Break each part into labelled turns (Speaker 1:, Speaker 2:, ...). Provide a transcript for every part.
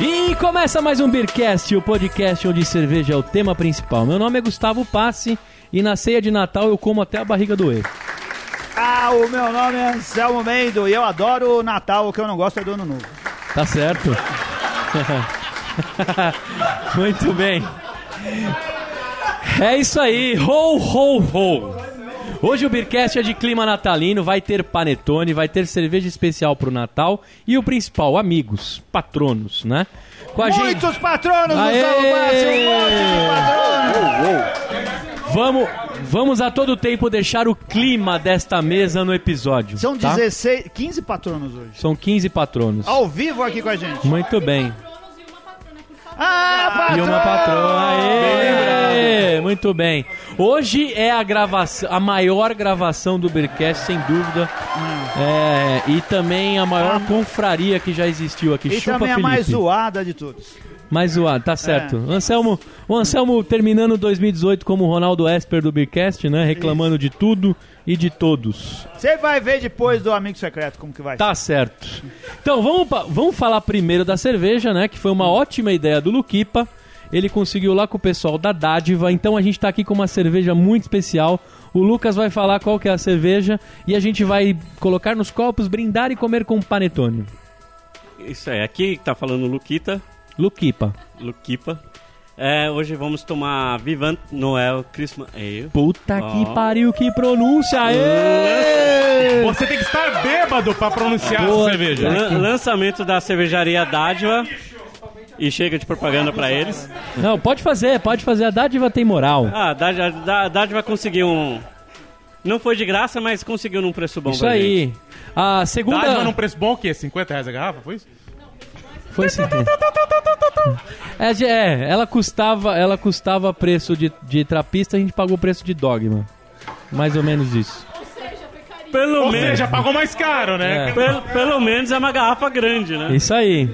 Speaker 1: E começa mais um Beercast, o podcast onde cerveja é o tema principal. Meu nome é Gustavo Passe e na ceia de Natal eu como até a barriga doer.
Speaker 2: Ah, o meu nome é Anselmo Mendo e eu adoro o Natal, o que eu não gosto é do Ano Novo.
Speaker 1: Tá certo? Muito bem. É isso aí. Ho, ho, ho. Hoje o Beercast é de clima natalino, vai ter panetone, vai ter cerveja especial pro Natal e o principal, amigos, patronos, né? Com a gente.
Speaker 2: Muitos patronos
Speaker 1: Aê!
Speaker 2: no Salão Márcio, um monte de patronos.
Speaker 1: Vamos, vamos a todo tempo deixar o clima desta mesa no episódio.
Speaker 2: São
Speaker 1: tá?
Speaker 2: 16, 15 patronos hoje.
Speaker 1: São 15 patronos.
Speaker 2: Ao vivo aqui com a gente.
Speaker 1: Muito bem.
Speaker 3: patronos e uma patrona,
Speaker 2: Ah, patrão!
Speaker 3: por favor.
Speaker 1: E uma patroa. Aê! Muito bem. Hoje é a gravação, a maior gravação do Beercast, sem dúvida.
Speaker 2: Hum.
Speaker 1: É, e também a maior confraria que já existiu aqui.
Speaker 2: Ah. E
Speaker 1: Chupa
Speaker 2: também a
Speaker 1: Felipe.
Speaker 2: mais É. zoada de todos.
Speaker 1: Mais zoado, tá certo. Anselmo, o Anselmo terminando 2018 como o Ronaldo Esper do Beercast, né? Reclamando de tudo e de todos.
Speaker 2: Você vai ver depois do Amigo Secreto como que vai.
Speaker 1: Tá certo. Então vamos, pa- vamos falar primeiro da cerveja, né? Que foi uma ótima ideia do Luquipa. Ele conseguiu lá com o pessoal da Dádiva. Então a gente tá aqui com uma cerveja muito especial. O Lucas vai falar qual que é a cerveja e a gente vai colocar nos copos, brindar e comer com panetone.
Speaker 4: Isso aí, aqui tá falando Luquita,
Speaker 1: Luquipa.
Speaker 4: Luquipa. É, hoje vamos tomar Vivant Noel Christmas é Ale.
Speaker 1: Puta
Speaker 4: Ó.
Speaker 1: que pariu, que pronúncia! Ê!
Speaker 5: Você tem que estar bêbado pra pronunciar
Speaker 1: Boa.
Speaker 5: essa cerveja.
Speaker 1: Tá aqui.
Speaker 4: Lan- lançamento da cervejaria Dádiva. E chega de propaganda pra eles.
Speaker 1: Não, pode fazer, pode fazer. A dádiva tem moral.
Speaker 4: Ah, a Dádiva, a Dádiva conseguiu um... Não foi de graça, mas conseguiu num preço bom
Speaker 1: Isso
Speaker 4: pra gente.
Speaker 1: aí. A segunda.
Speaker 5: Dádiva num preço bom, o quê? 50 reais a garrafa? Foi isso?
Speaker 1: Foi assim. É, de- é, ela custava, ela custava preço de, de trapista, a gente pagou preço de dogma. Mais ou menos isso.
Speaker 3: Ou seja, foi carinho.
Speaker 4: Pelo,
Speaker 5: Ou
Speaker 4: menos,
Speaker 5: seja, pagou mais caro, né?
Speaker 1: É.
Speaker 4: pelo, pelo menos é uma garrafa grande, né?
Speaker 1: Isso aí.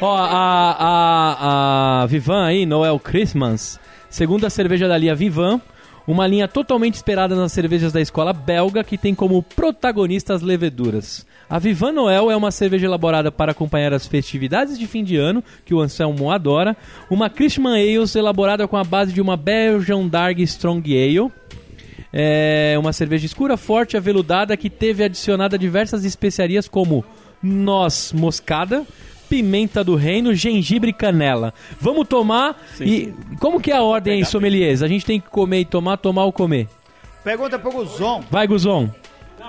Speaker 1: Ó, a, a, a Vivan aí, Noel Christmas, segunda cerveja da linha Vivan, uma linha totalmente inspirada nas cervejas da escola belga, que tem como protagonista as leveduras. A Vivan Noel é uma cerveja elaborada para acompanhar as festividades de fim de ano, que o Anselmo adora, uma Christmas Ales elaborada com a base de uma Belgian Dark Strong Ale, é uma cerveja escura, forte, aveludada, que teve adicionada diversas especiarias como noz moscada, pimenta do reino, gengibre e canela. Vamos tomar e... Como que é a ordem aí, sommeliers? A gente tem que comer e tomar, tomar ou comer.
Speaker 2: Pergunta pro Guzon.
Speaker 1: Vai, Guzon.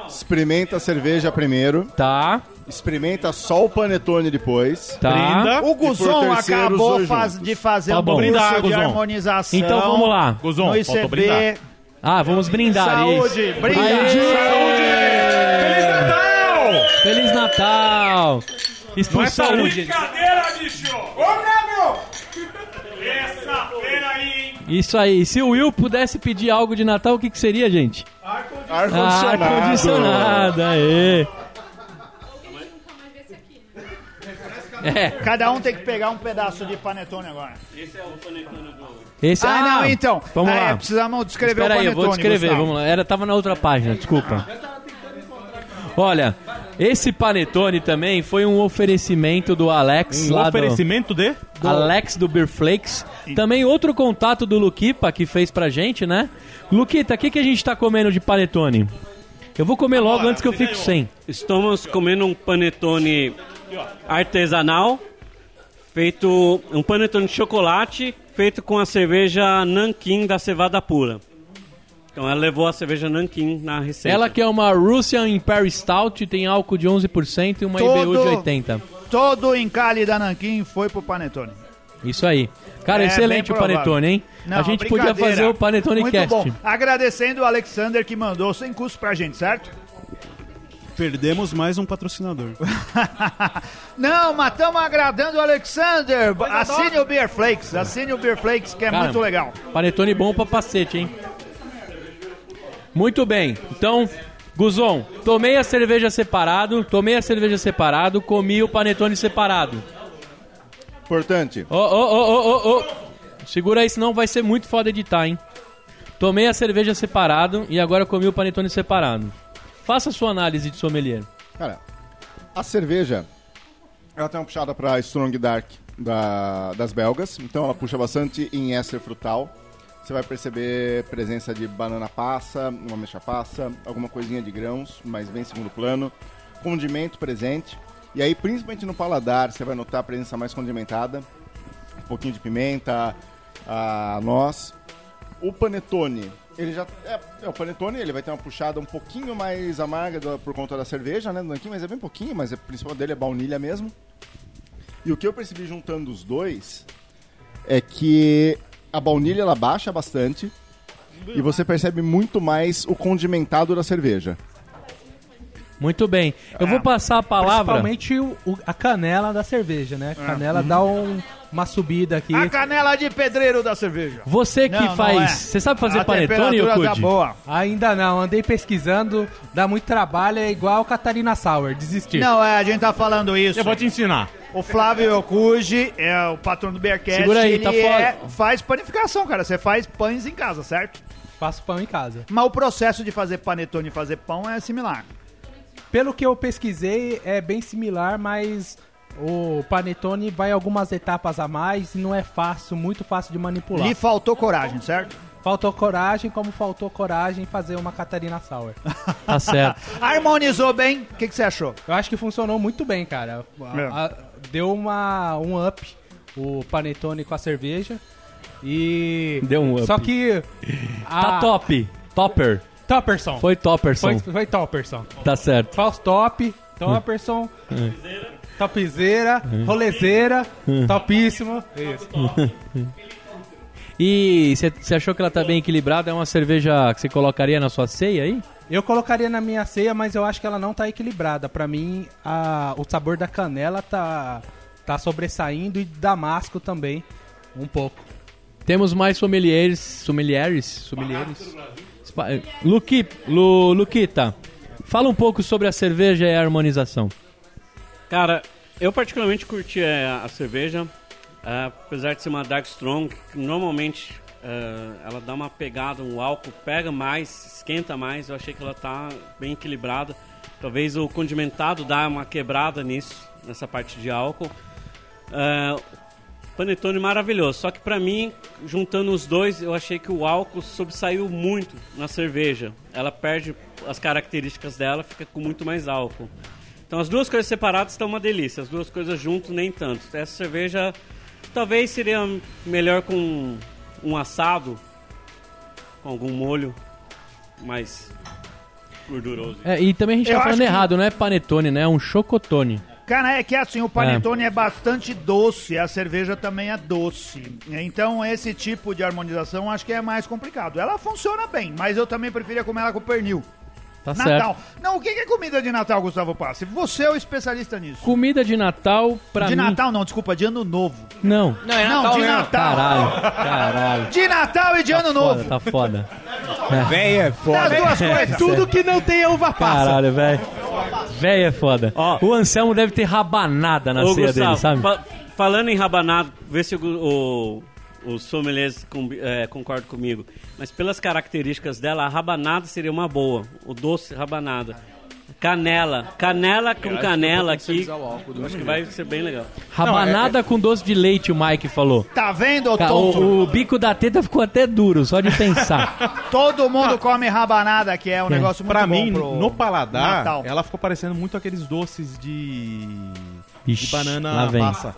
Speaker 6: Experimenta a cerveja primeiro,
Speaker 1: Tá,
Speaker 6: experimenta só o panetone depois.
Speaker 1: tá.
Speaker 5: Brinda.
Speaker 2: O Guzon
Speaker 6: terceiros,
Speaker 2: acabou
Speaker 6: dois
Speaker 2: faz-
Speaker 6: juntos.
Speaker 2: de fazer
Speaker 1: Tá
Speaker 2: um
Speaker 1: bom.
Speaker 2: curso
Speaker 5: Brindar,
Speaker 2: de
Speaker 5: Guzon.
Speaker 2: harmonização.
Speaker 1: Então vamos lá.
Speaker 5: Guzon,
Speaker 2: No
Speaker 5: faltou brindar.
Speaker 2: ICB.
Speaker 1: Ah, vamos brindar.
Speaker 2: Saúde.
Speaker 1: isso.
Speaker 2: Brinde.
Speaker 1: Aê!
Speaker 5: Feliz Natal!
Speaker 1: Feliz Natal!
Speaker 5: Não é
Speaker 1: Expulsão.
Speaker 5: saúde.
Speaker 1: Isso aí. Se o Will pudesse pedir algo de Natal, o que, que seria, gente?
Speaker 6: Ar-condicionado.
Speaker 1: Ar-condicionado, Ah, aê.
Speaker 3: A gente nunca mais vê esse aqui, né?
Speaker 1: É,
Speaker 2: Cada um tem que pegar um pedaço de panetone agora.
Speaker 4: Esse é o panetone do...
Speaker 1: esse
Speaker 2: Ah, não, então.
Speaker 1: Vamos
Speaker 2: Ah,
Speaker 1: lá.
Speaker 2: é, precisamos descrever
Speaker 1: Espera
Speaker 2: o
Speaker 1: aí,
Speaker 2: panetone.
Speaker 1: eu vou descrever,
Speaker 2: Gustavo.
Speaker 1: vamos lá. Era, tava na outra página, desculpa. Olha, esse panetone também foi um oferecimento do Alex
Speaker 5: Um
Speaker 1: lá
Speaker 5: oferecimento de...
Speaker 1: do Alex do Beer Flakes. Também outro contato do Luquipa que fez pra gente, né? Luquita, o que, que a gente tá comendo de panetone? Eu vou comer logo antes que eu fico sem.
Speaker 4: Estamos comendo um panetone artesanal, feito um panetone de chocolate, feito com a cerveja Nanquim da cevada pura. Então ela levou a cerveja Nanquim na receita.
Speaker 1: Ela que é uma Russian Imperial Stout, tem álcool de 11% e uma IBU
Speaker 2: Todo-
Speaker 1: de 80.
Speaker 2: Todo o encalhe da Nanquim foi pro panetone.
Speaker 1: Isso aí. Cara,
Speaker 2: É,
Speaker 1: excelente
Speaker 2: bem
Speaker 1: o
Speaker 2: provável.
Speaker 1: panetone, hein? a
Speaker 2: Não,
Speaker 1: gente podia
Speaker 2: brincadeira.
Speaker 1: fazer o panetone
Speaker 2: Muito
Speaker 1: cast.
Speaker 2: bom. É Agradecendo o Alexander que mandou sem custo pra gente, certo?
Speaker 7: Perdemos mais um patrocinador.
Speaker 2: Não, mas estamos agradando o Alexander. Assine o Beer Flakes, assine o Beer Flakes que é
Speaker 1: Cara,
Speaker 2: muito legal.
Speaker 1: Panetone bom pra pacete, hein? Muito bem. Então, Guzon, tomei a cerveja separado, tomei a cerveja separado, comi o panetone separado.
Speaker 6: Importante.
Speaker 1: Ô, ô, ô, ô, ô, ô. Segura aí, senão vai ser muito foda editar, hein? Tomei a cerveja separado e agora comi o panetone separado. Faça a sua análise de sommelier.
Speaker 6: Cara, a cerveja, ela tem uma puxada pra Strong Dark da- das belgas, então ela puxa bastante em éster frutal. Você vai perceber presença de banana passa, uma mecha passa, alguma coisinha de grãos, mas bem segundo plano. Condimento presente. E aí, principalmente no paladar, você vai notar a presença mais condimentada. Um pouquinho de pimenta, a noz. O panetone, ele já. É, é, o panetone, ele vai ter uma puxada um pouquinho mais amarga do- por conta da cerveja, né? Do nanquim, mas é bem pouquinho, mas o principal dele é baunilha mesmo. E o que eu percebi juntando os dois é que a baunilha ela baixa bastante e você percebe muito mais o condimentado da cerveja.
Speaker 1: Muito bem. Eu
Speaker 2: É.
Speaker 1: vou passar a palavra.
Speaker 8: Principalmente o- o- a canela da cerveja, né? A canela dá um- uma subida aqui.
Speaker 2: A canela de pedreiro da cerveja.
Speaker 1: Você que
Speaker 2: Não, não
Speaker 1: faz.
Speaker 2: é.
Speaker 1: Você sabe fazer
Speaker 2: a
Speaker 1: panetone,
Speaker 2: temperatura tá
Speaker 1: Yokudi?
Speaker 2: boa.
Speaker 8: Ainda não, andei pesquisando, dá muito trabalho, é igual Catarina Sauer, desistir.
Speaker 2: Não, é, a gente tá falando isso.
Speaker 5: Eu vou te ensinar.
Speaker 2: O Flávio Yokuji é o patrão do Bearcast.
Speaker 1: Segura aí,
Speaker 2: ele
Speaker 1: tá
Speaker 2: é-
Speaker 1: fora.
Speaker 2: faz panificação, cara. Você faz pães em casa, certo?
Speaker 8: Faço pão em casa.
Speaker 2: Mas o processo de fazer panetone e fazer pão é similar.
Speaker 8: Pelo que eu pesquisei, é bem similar, mas o panetone vai algumas etapas a mais e não é fácil, muito fácil de manipular.
Speaker 2: Lhe faltou coragem, certo?
Speaker 8: Faltou coragem, como faltou coragem em fazer uma Catarina Sauer.
Speaker 1: Tá certo.
Speaker 2: Harmonizou bem. O que, que você achou?
Speaker 8: Eu acho que funcionou muito bem, cara. A-
Speaker 2: É.
Speaker 8: a- deu uma, um up o panetone com a cerveja. E.
Speaker 1: Deu um up.
Speaker 8: Só que.
Speaker 1: Tá
Speaker 2: Ah.
Speaker 8: a-
Speaker 1: top. Topper.
Speaker 8: Topperson.
Speaker 1: Foi Topperson.
Speaker 8: foi, foi Topperson.
Speaker 1: Tá certo.
Speaker 8: False top, Topperson. Topzeira,
Speaker 1: É.
Speaker 8: rolezeira, topíssimo. Isso.
Speaker 1: E você achou que ela tá bem equilibrada? É uma cerveja que você colocaria na sua ceia aí?
Speaker 8: Eu colocaria na minha ceia, mas eu acho que ela não tá equilibrada. Pra mim, a- o sabor da canela tá, tá sobressaindo e damasco também, um pouco.
Speaker 1: Temos mais sommeliers. Sommeliers? Sommeliers? Espa- Luqui, Lu, Luquita, fala um pouco sobre a cerveja e a harmonização.
Speaker 4: Cara, eu particularmente curti é, a cerveja, é, apesar de ser uma Dark Strong, que normalmente é, ela dá uma pegada, um álcool pega mais, esquenta mais. Eu achei que ela tá bem equilibrada. Talvez o condimentado dá uma quebrada nisso, nessa parte de álcool. É, panetone maravilhoso, só que pra mim, juntando os dois, eu achei que o álcool sobressaiu muito na cerveja. Ela perde as características dela, fica com muito mais álcool. Então as duas coisas separadas estão uma delícia, as duas coisas junto nem tanto. Essa cerveja talvez seria melhor com um assado, com algum molho mais gorduroso.
Speaker 1: É, e também a gente
Speaker 2: Eu
Speaker 1: tá
Speaker 2: acho
Speaker 1: falando
Speaker 2: que-
Speaker 1: errado, não é panetone, né? É um chocotone.
Speaker 2: Cara, é que assim, o panetone é. bastante doce, a cerveja também é doce. Então, esse tipo de harmonização acho que é mais complicado. Ela funciona bem, mas eu também preferia comer ela com pernil.
Speaker 1: Tá
Speaker 2: Natal.
Speaker 1: certo.
Speaker 2: Não, o que que é comida de Natal, Gustavo Passe? Você é o especialista nisso.
Speaker 1: Comida de Natal, pra
Speaker 2: de
Speaker 1: mim...
Speaker 2: Natal não, desculpa, de Ano Novo.
Speaker 1: Não.
Speaker 9: Não, é
Speaker 2: Não,
Speaker 9: Natal
Speaker 2: de
Speaker 9: mesmo.
Speaker 2: Natal.
Speaker 1: Caralho, caralho.
Speaker 2: De Natal e de Ano
Speaker 1: Foda,
Speaker 2: Novo.
Speaker 1: tá foda.
Speaker 9: Véia, é
Speaker 7: tá
Speaker 9: foda.
Speaker 2: As duas coisas.
Speaker 8: Tudo que não tem é uva passa.
Speaker 1: Caralho, velho. Véi é foda.
Speaker 4: Ó.
Speaker 1: o Anselmo deve ter rabanada na
Speaker 4: Ô,
Speaker 1: ceia
Speaker 4: Gustavo,
Speaker 1: dele, sabe?
Speaker 4: fa- falando em rabanado, vê se o, Gu- o, o sommeliers combi- eh, concorda comigo. Mas pelas características dela, a rabanada seria uma boa. O doce rabanada. Canela. Canela com canela aqui. Acho que vai ser bem legal.
Speaker 1: Rabanada
Speaker 4: é-
Speaker 1: com doce de leite, o Mike falou.
Speaker 2: Tá vendo, ô
Speaker 1: Ca-
Speaker 2: tonto?
Speaker 1: O, o bico da teta ficou até duro, só de pensar.
Speaker 2: Todo mundo come rabanada, que é um negócio muito
Speaker 7: Tá. pra
Speaker 2: bom
Speaker 7: mim,
Speaker 2: pro
Speaker 7: no paladar,
Speaker 2: Natal.
Speaker 7: ela ficou parecendo muito aqueles doces de.
Speaker 1: Ixi,
Speaker 7: de banana
Speaker 1: lá vem.
Speaker 7: massa.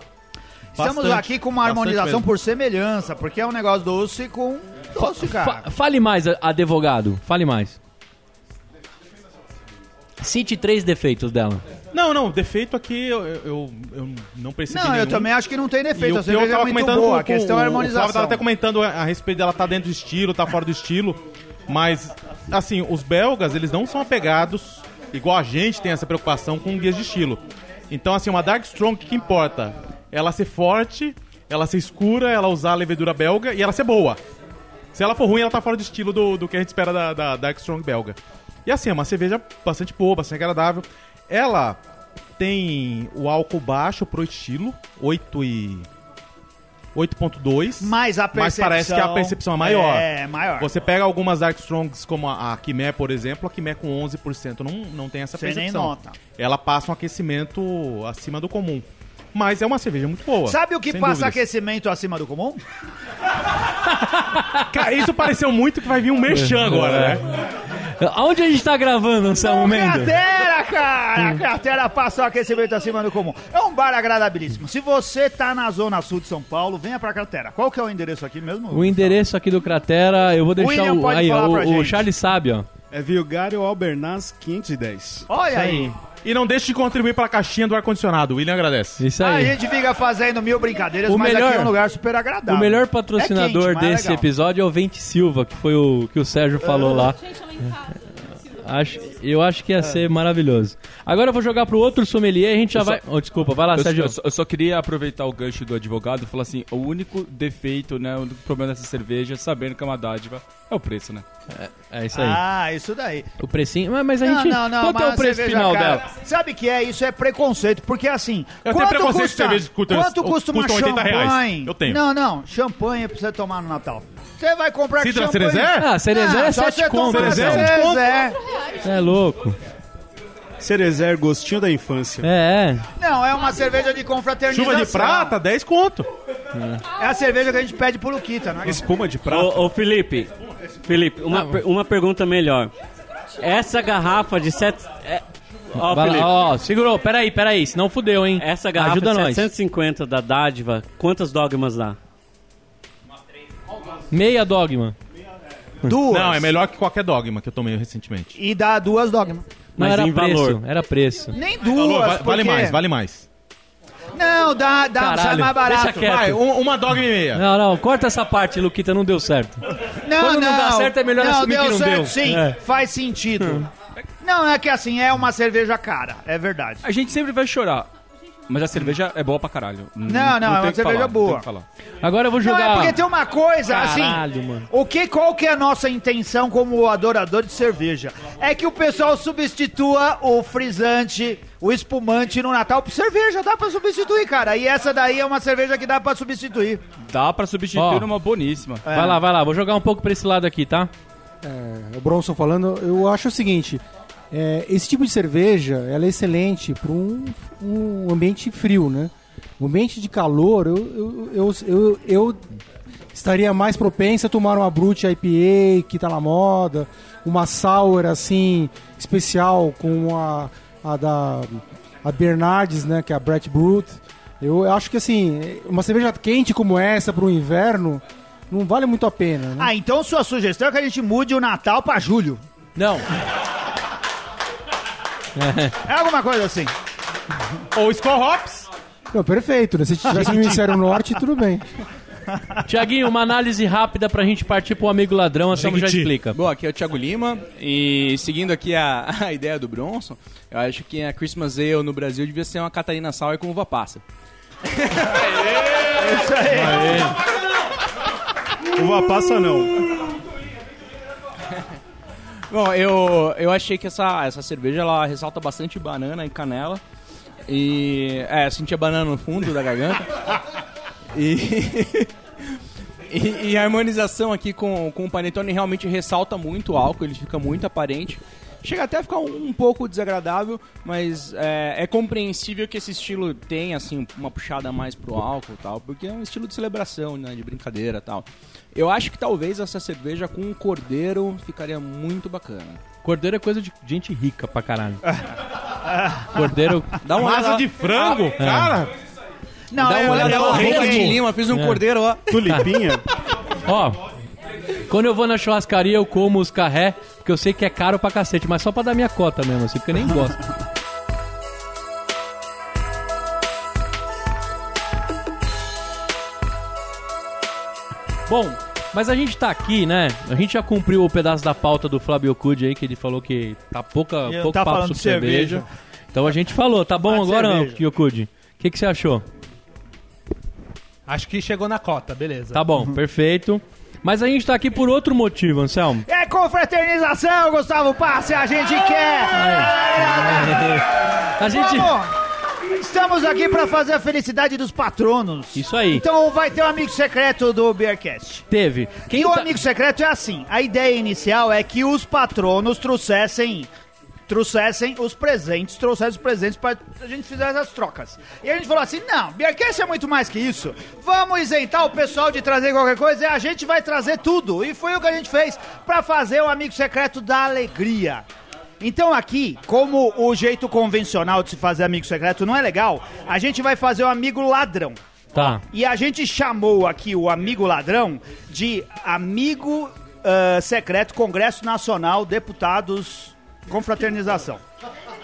Speaker 2: Estamos
Speaker 7: Bastante,
Speaker 2: aqui com uma
Speaker 7: bastante
Speaker 2: harmonização
Speaker 7: mesmo.
Speaker 2: por semelhança, porque é um negócio doce com doce, cara.
Speaker 1: Fa- fale mais, a- advogado. Fale mais. Cite três defeitos dela.
Speaker 7: Não, não, defeito aqui eu, eu, eu- eu não percebi.
Speaker 2: Não, eu
Speaker 7: nenhum.
Speaker 2: também acho que não tem
Speaker 7: E
Speaker 2: defeito.
Speaker 7: o
Speaker 2: A
Speaker 7: que eu
Speaker 2: cerveja é
Speaker 7: tava
Speaker 2: muito
Speaker 7: comentando
Speaker 2: boa, a
Speaker 7: com- com
Speaker 2: questão
Speaker 7: o-
Speaker 2: é a
Speaker 7: O Flávio tava
Speaker 2: harmonização.
Speaker 7: até comentando a, a respeito dela tá dentro do estilo, tá fora do estilo. Mas, assim, os belgas, eles não são apegados, igual a gente tem essa preocupação com guias de estilo. Então, assim, uma Dark Strong, o que que importa? Ela ser forte, ela ser escura, ela usar a levedura belga e ela ser boa. Se ela for ruim, ela tá fora do estilo do, do que a gente espera da, da Dark Strong belga. E assim, é uma cerveja bastante boa, bastante agradável. Ela tem o álcool baixo pro estilo, 8 e... 8.2.
Speaker 2: Mas a percepção...
Speaker 7: Mas parece que a percepção é maior.
Speaker 2: É, maior.
Speaker 7: Você pega algumas Dark Strongs, como a, a Kimé, por exemplo, a Kimé com 11% não, não tem essa
Speaker 2: Você nem
Speaker 7: percepção.
Speaker 2: nota.
Speaker 7: Ela passa um aquecimento acima do comum. Mas é uma cerveja muito boa.
Speaker 2: Sabe o que
Speaker 7: sem
Speaker 2: passa
Speaker 7: dúvidas.
Speaker 2: aquecimento acima do comum?
Speaker 7: Cara, isso pareceu muito que vai vir um merchan agora, né?
Speaker 1: Aonde a gente tá Hum. gravando, Anselmo Mendes?
Speaker 2: Cratera, cara! A cratera passa o aquecimento acima do comum. É um bar agradabilíssimo. Se você tá na zona sul de São Paulo, venha pra cratera. Qual que é o endereço aqui mesmo?
Speaker 1: O endereço aqui do Cratera, eu vou deixar
Speaker 2: William
Speaker 1: o.
Speaker 2: pode
Speaker 1: Aí,
Speaker 2: falar pra
Speaker 1: o, o
Speaker 2: gente.
Speaker 1: Charles sabe, ó.
Speaker 9: É Vilgário Albernaz 510.
Speaker 2: Olha aí.
Speaker 7: E não deixe de contribuir pra caixinha do ar-condicionado. O William agradece.
Speaker 1: Isso
Speaker 2: A
Speaker 1: aí.
Speaker 2: gente fica fazendo mil brincadeiras,
Speaker 1: O
Speaker 2: mas
Speaker 1: melhor-
Speaker 2: aqui é um lugar super agradável.
Speaker 1: O melhor patrocinador
Speaker 2: É quente, mas é
Speaker 1: desse
Speaker 2: legal.
Speaker 1: episódio é o Vente Silva, que foi o que o Sérgio falou lá.
Speaker 3: Gente, ela é em casa.
Speaker 1: Acho, eu acho que ia ser maravilhoso. Agora eu vou jogar pro outro sommelier e a gente já vai. Oh, desculpa, vai lá,
Speaker 10: Eu,
Speaker 1: Sérgio.
Speaker 10: eu só- eu só queria aproveitar o gancho do advogado e falar assim: o único defeito, né? O único problema dessa cerveja, sabendo que é uma dádiva, é o preço, né?
Speaker 1: É isso aí.
Speaker 2: Ah, isso daí.
Speaker 1: O precinho. Mas, mas a gente. Quanto é
Speaker 2: mas
Speaker 1: o preço
Speaker 2: cerveja
Speaker 1: final
Speaker 2: cara,
Speaker 1: dela?
Speaker 2: Sabe que é isso? É preconceito. Porque assim.
Speaker 7: Eu tenho
Speaker 2: quanto
Speaker 7: preconceito
Speaker 2: custa,
Speaker 7: de cerveja que custa-
Speaker 2: quanto custa uma
Speaker 7: custam 80 reais.
Speaker 2: champanhe?
Speaker 7: Eu tenho.
Speaker 2: Não, não. Champanhe pra você tomar no Natal. Você vai comprar
Speaker 7: Cidra
Speaker 2: champanhe.
Speaker 7: Cerezé?
Speaker 1: Ah, Cerezé é
Speaker 2: Não, só
Speaker 1: 7
Speaker 2: você
Speaker 1: conto.
Speaker 2: tomar
Speaker 1: Cerezé
Speaker 7: Cerezé?
Speaker 2: Cerezé.
Speaker 1: é louco.
Speaker 9: Cerezer, gostinho da infância.
Speaker 1: É, é.
Speaker 2: Não, é uma cerveja de confraternização.
Speaker 7: Chuva de prata, 10 conto.
Speaker 2: É a cerveja que a gente pede pro Luquita, né?
Speaker 9: Espuma de prata.
Speaker 4: Ô, ô, Felipe, Felipe, uma, per- uma pergunta melhor. Essa garrafa de sete, é- ó,
Speaker 1: Vai lá,
Speaker 4: Felipe,
Speaker 1: Ó, segurou. Peraí, peraí. Senão fudeu, hein?
Speaker 4: essa garrafa
Speaker 1: Ajuda
Speaker 4: de
Speaker 1: nós.
Speaker 4: 750 da dádiva, quantas dogmas dá?
Speaker 1: Meia dogma.
Speaker 2: Duas.
Speaker 7: Não, é melhor que qualquer dogma que eu tomei recentemente.
Speaker 2: E dá duas dogmas.
Speaker 1: Não,
Speaker 4: Mas
Speaker 1: era
Speaker 4: em
Speaker 1: preço.
Speaker 4: valor.
Speaker 1: Era preço.
Speaker 2: Nem duas,
Speaker 7: Alô, va-
Speaker 2: porque...
Speaker 7: vale mais, vale mais.
Speaker 2: Não, dá, dá, sai
Speaker 1: Caralho,
Speaker 2: mais
Speaker 1: deixa
Speaker 2: barato.
Speaker 1: quieto.
Speaker 7: Vai, um- uma dogma e meia.
Speaker 1: Não, não, corta essa parte, Luquita, não deu certo.
Speaker 2: Não,
Speaker 1: Quando não dá certo, é melhor assumir
Speaker 2: deu
Speaker 1: que não
Speaker 2: certo,
Speaker 1: deu.
Speaker 2: Sim,
Speaker 1: É. Hum.
Speaker 2: faz sentido. Não, é que assim, é uma cerveja cara, é verdade.
Speaker 10: A gente sempre vai chorar. Mas a cerveja é boa pra caralho.
Speaker 2: não, é uma
Speaker 10: tem o que
Speaker 2: cerveja
Speaker 10: falar,
Speaker 2: boa.
Speaker 10: Não tem o que falar.
Speaker 1: Agora eu vou
Speaker 2: Não,
Speaker 1: jogar.
Speaker 2: é porque tem uma coisa,
Speaker 1: Caralho,
Speaker 2: assim,
Speaker 1: mano.
Speaker 2: o que, qual que é a nossa intenção como adorador de cerveja? É que o pessoal substitua o frisante, o espumante no Natal por cerveja, dá pra substituir, cara. E essa daí é uma cerveja que dá pra substituir.
Speaker 10: Dá pra substituir
Speaker 1: Ó.
Speaker 10: numa boníssima.
Speaker 2: É.
Speaker 1: Vai lá, vai lá, vou jogar um pouco pra esse lado aqui, tá?
Speaker 11: É, o Bronson falando, eu acho o seguinte: é, esse tipo de cerveja ela é excelente para um, um ambiente frio, né? Um ambiente de calor, eu, eu, eu, eu- eu estaria mais propenso a tomar uma Brute IPA que tá na moda, uma Sour assim, especial com a, a da a Bernardes, né? Que é a Brett Brut. Eu acho que assim, uma cerveja quente como essa para o inverno não vale muito a pena. Né?
Speaker 2: Ah, então sua sugestão é que a gente mude o Natal pra julho.
Speaker 1: Não,
Speaker 2: É alguma coisa assim.
Speaker 7: Ou Skull Hops.
Speaker 11: Não, perfeito, né? Se tivesse no Ministério Norte, tudo bem.
Speaker 1: Tiaguinho, uma análise rápida pra gente partir pro amigo ladrão, a Samu já
Speaker 7: Jequiti.
Speaker 1: explica.
Speaker 10: Bom, aqui é o Thiago Lima e seguindo aqui a, a ideia do Bronson, eu acho que a Christmas Ale no Brasil devia ser uma Catarina Sour com uva passa.
Speaker 9: Uva passa não.
Speaker 10: Bom, eu, eu achei que essa, essa cerveja ela ressalta bastante banana e canela. E. É, eu senti a banana no fundo da garganta. E. E, e a harmonização aqui com, com o Panetone realmente ressalta muito o álcool, ele fica muito aparente. Chega até a ficar um, um pouco desagradável, mas é, é compreensível que esse estilo tem, assim, uma puxada mais pro álcool e tal, porque é um estilo de celebração, né, de brincadeira e tal. Eu acho que talvez essa cerveja com um cordeiro ficaria muito bacana.
Speaker 1: Cordeiro é coisa de gente rica pra caralho. Cordeiro.
Speaker 10: Dá uma
Speaker 7: Asa
Speaker 10: olhada-
Speaker 7: de frango,
Speaker 2: Ah,
Speaker 7: cara.
Speaker 2: Não,
Speaker 10: Dá
Speaker 2: é,
Speaker 10: uma olhada
Speaker 2: é
Speaker 10: lá,
Speaker 2: horrível. É.
Speaker 10: Lucas de Lima, fiz um cordeiro lá.
Speaker 9: Tulipinha?
Speaker 1: Ó, quando eu vou na churrascaria, eu como os carré, porque eu sei que é caro pra cacete, mas só pra dar minha cota mesmo, assim, porque eu nem gosto. Bom, mas a gente tá aqui, né? A gente já cumpriu o pedaço da pauta do Flávio Cudi aí, que ele falou que tá pouca,
Speaker 2: Ele não
Speaker 1: pouco
Speaker 2: tá
Speaker 1: papo
Speaker 2: falando
Speaker 1: sobre
Speaker 2: de
Speaker 1: cerveja.
Speaker 2: cerveja.
Speaker 1: Então a gente falou, tá bom
Speaker 2: Fala de
Speaker 1: agora,
Speaker 2: cerveja.
Speaker 1: Yokudi? O que, que você achou?
Speaker 8: Acho que chegou na cota, beleza.
Speaker 1: Tá bom, perfeito. Mas a gente tá aqui por outro motivo, Anselmo.
Speaker 2: É confraternização, Gustavo Passe, a gente quer!
Speaker 1: A
Speaker 7: Ah,
Speaker 1: gente.
Speaker 2: Vamos! Estamos aqui para fazer a felicidade dos patronos.
Speaker 1: Isso aí.
Speaker 2: Então vai ter um amigo secreto do Beercast.
Speaker 1: Teve. Quem
Speaker 2: e o
Speaker 1: tá-
Speaker 2: amigo secreto é assim: a ideia inicial é que os patronos trouxessem trouxessem os presentes, trouxessem os presentes para a gente fizer essas trocas. E a gente falou assim: não, Beercast é muito mais que isso. Vamos isentar o pessoal de trazer qualquer coisa e a gente vai trazer tudo. E foi o que a gente fez para fazer o Amigo Secreto da Alegria. Então aqui, como o jeito convencional de se fazer amigo secreto não é legal, a gente vai fazer o amigo ladrão.
Speaker 1: Tá.
Speaker 2: E a gente chamou aqui o amigo ladrão de amigo ah, secreto Congresso Nacional Deputados Confraternização.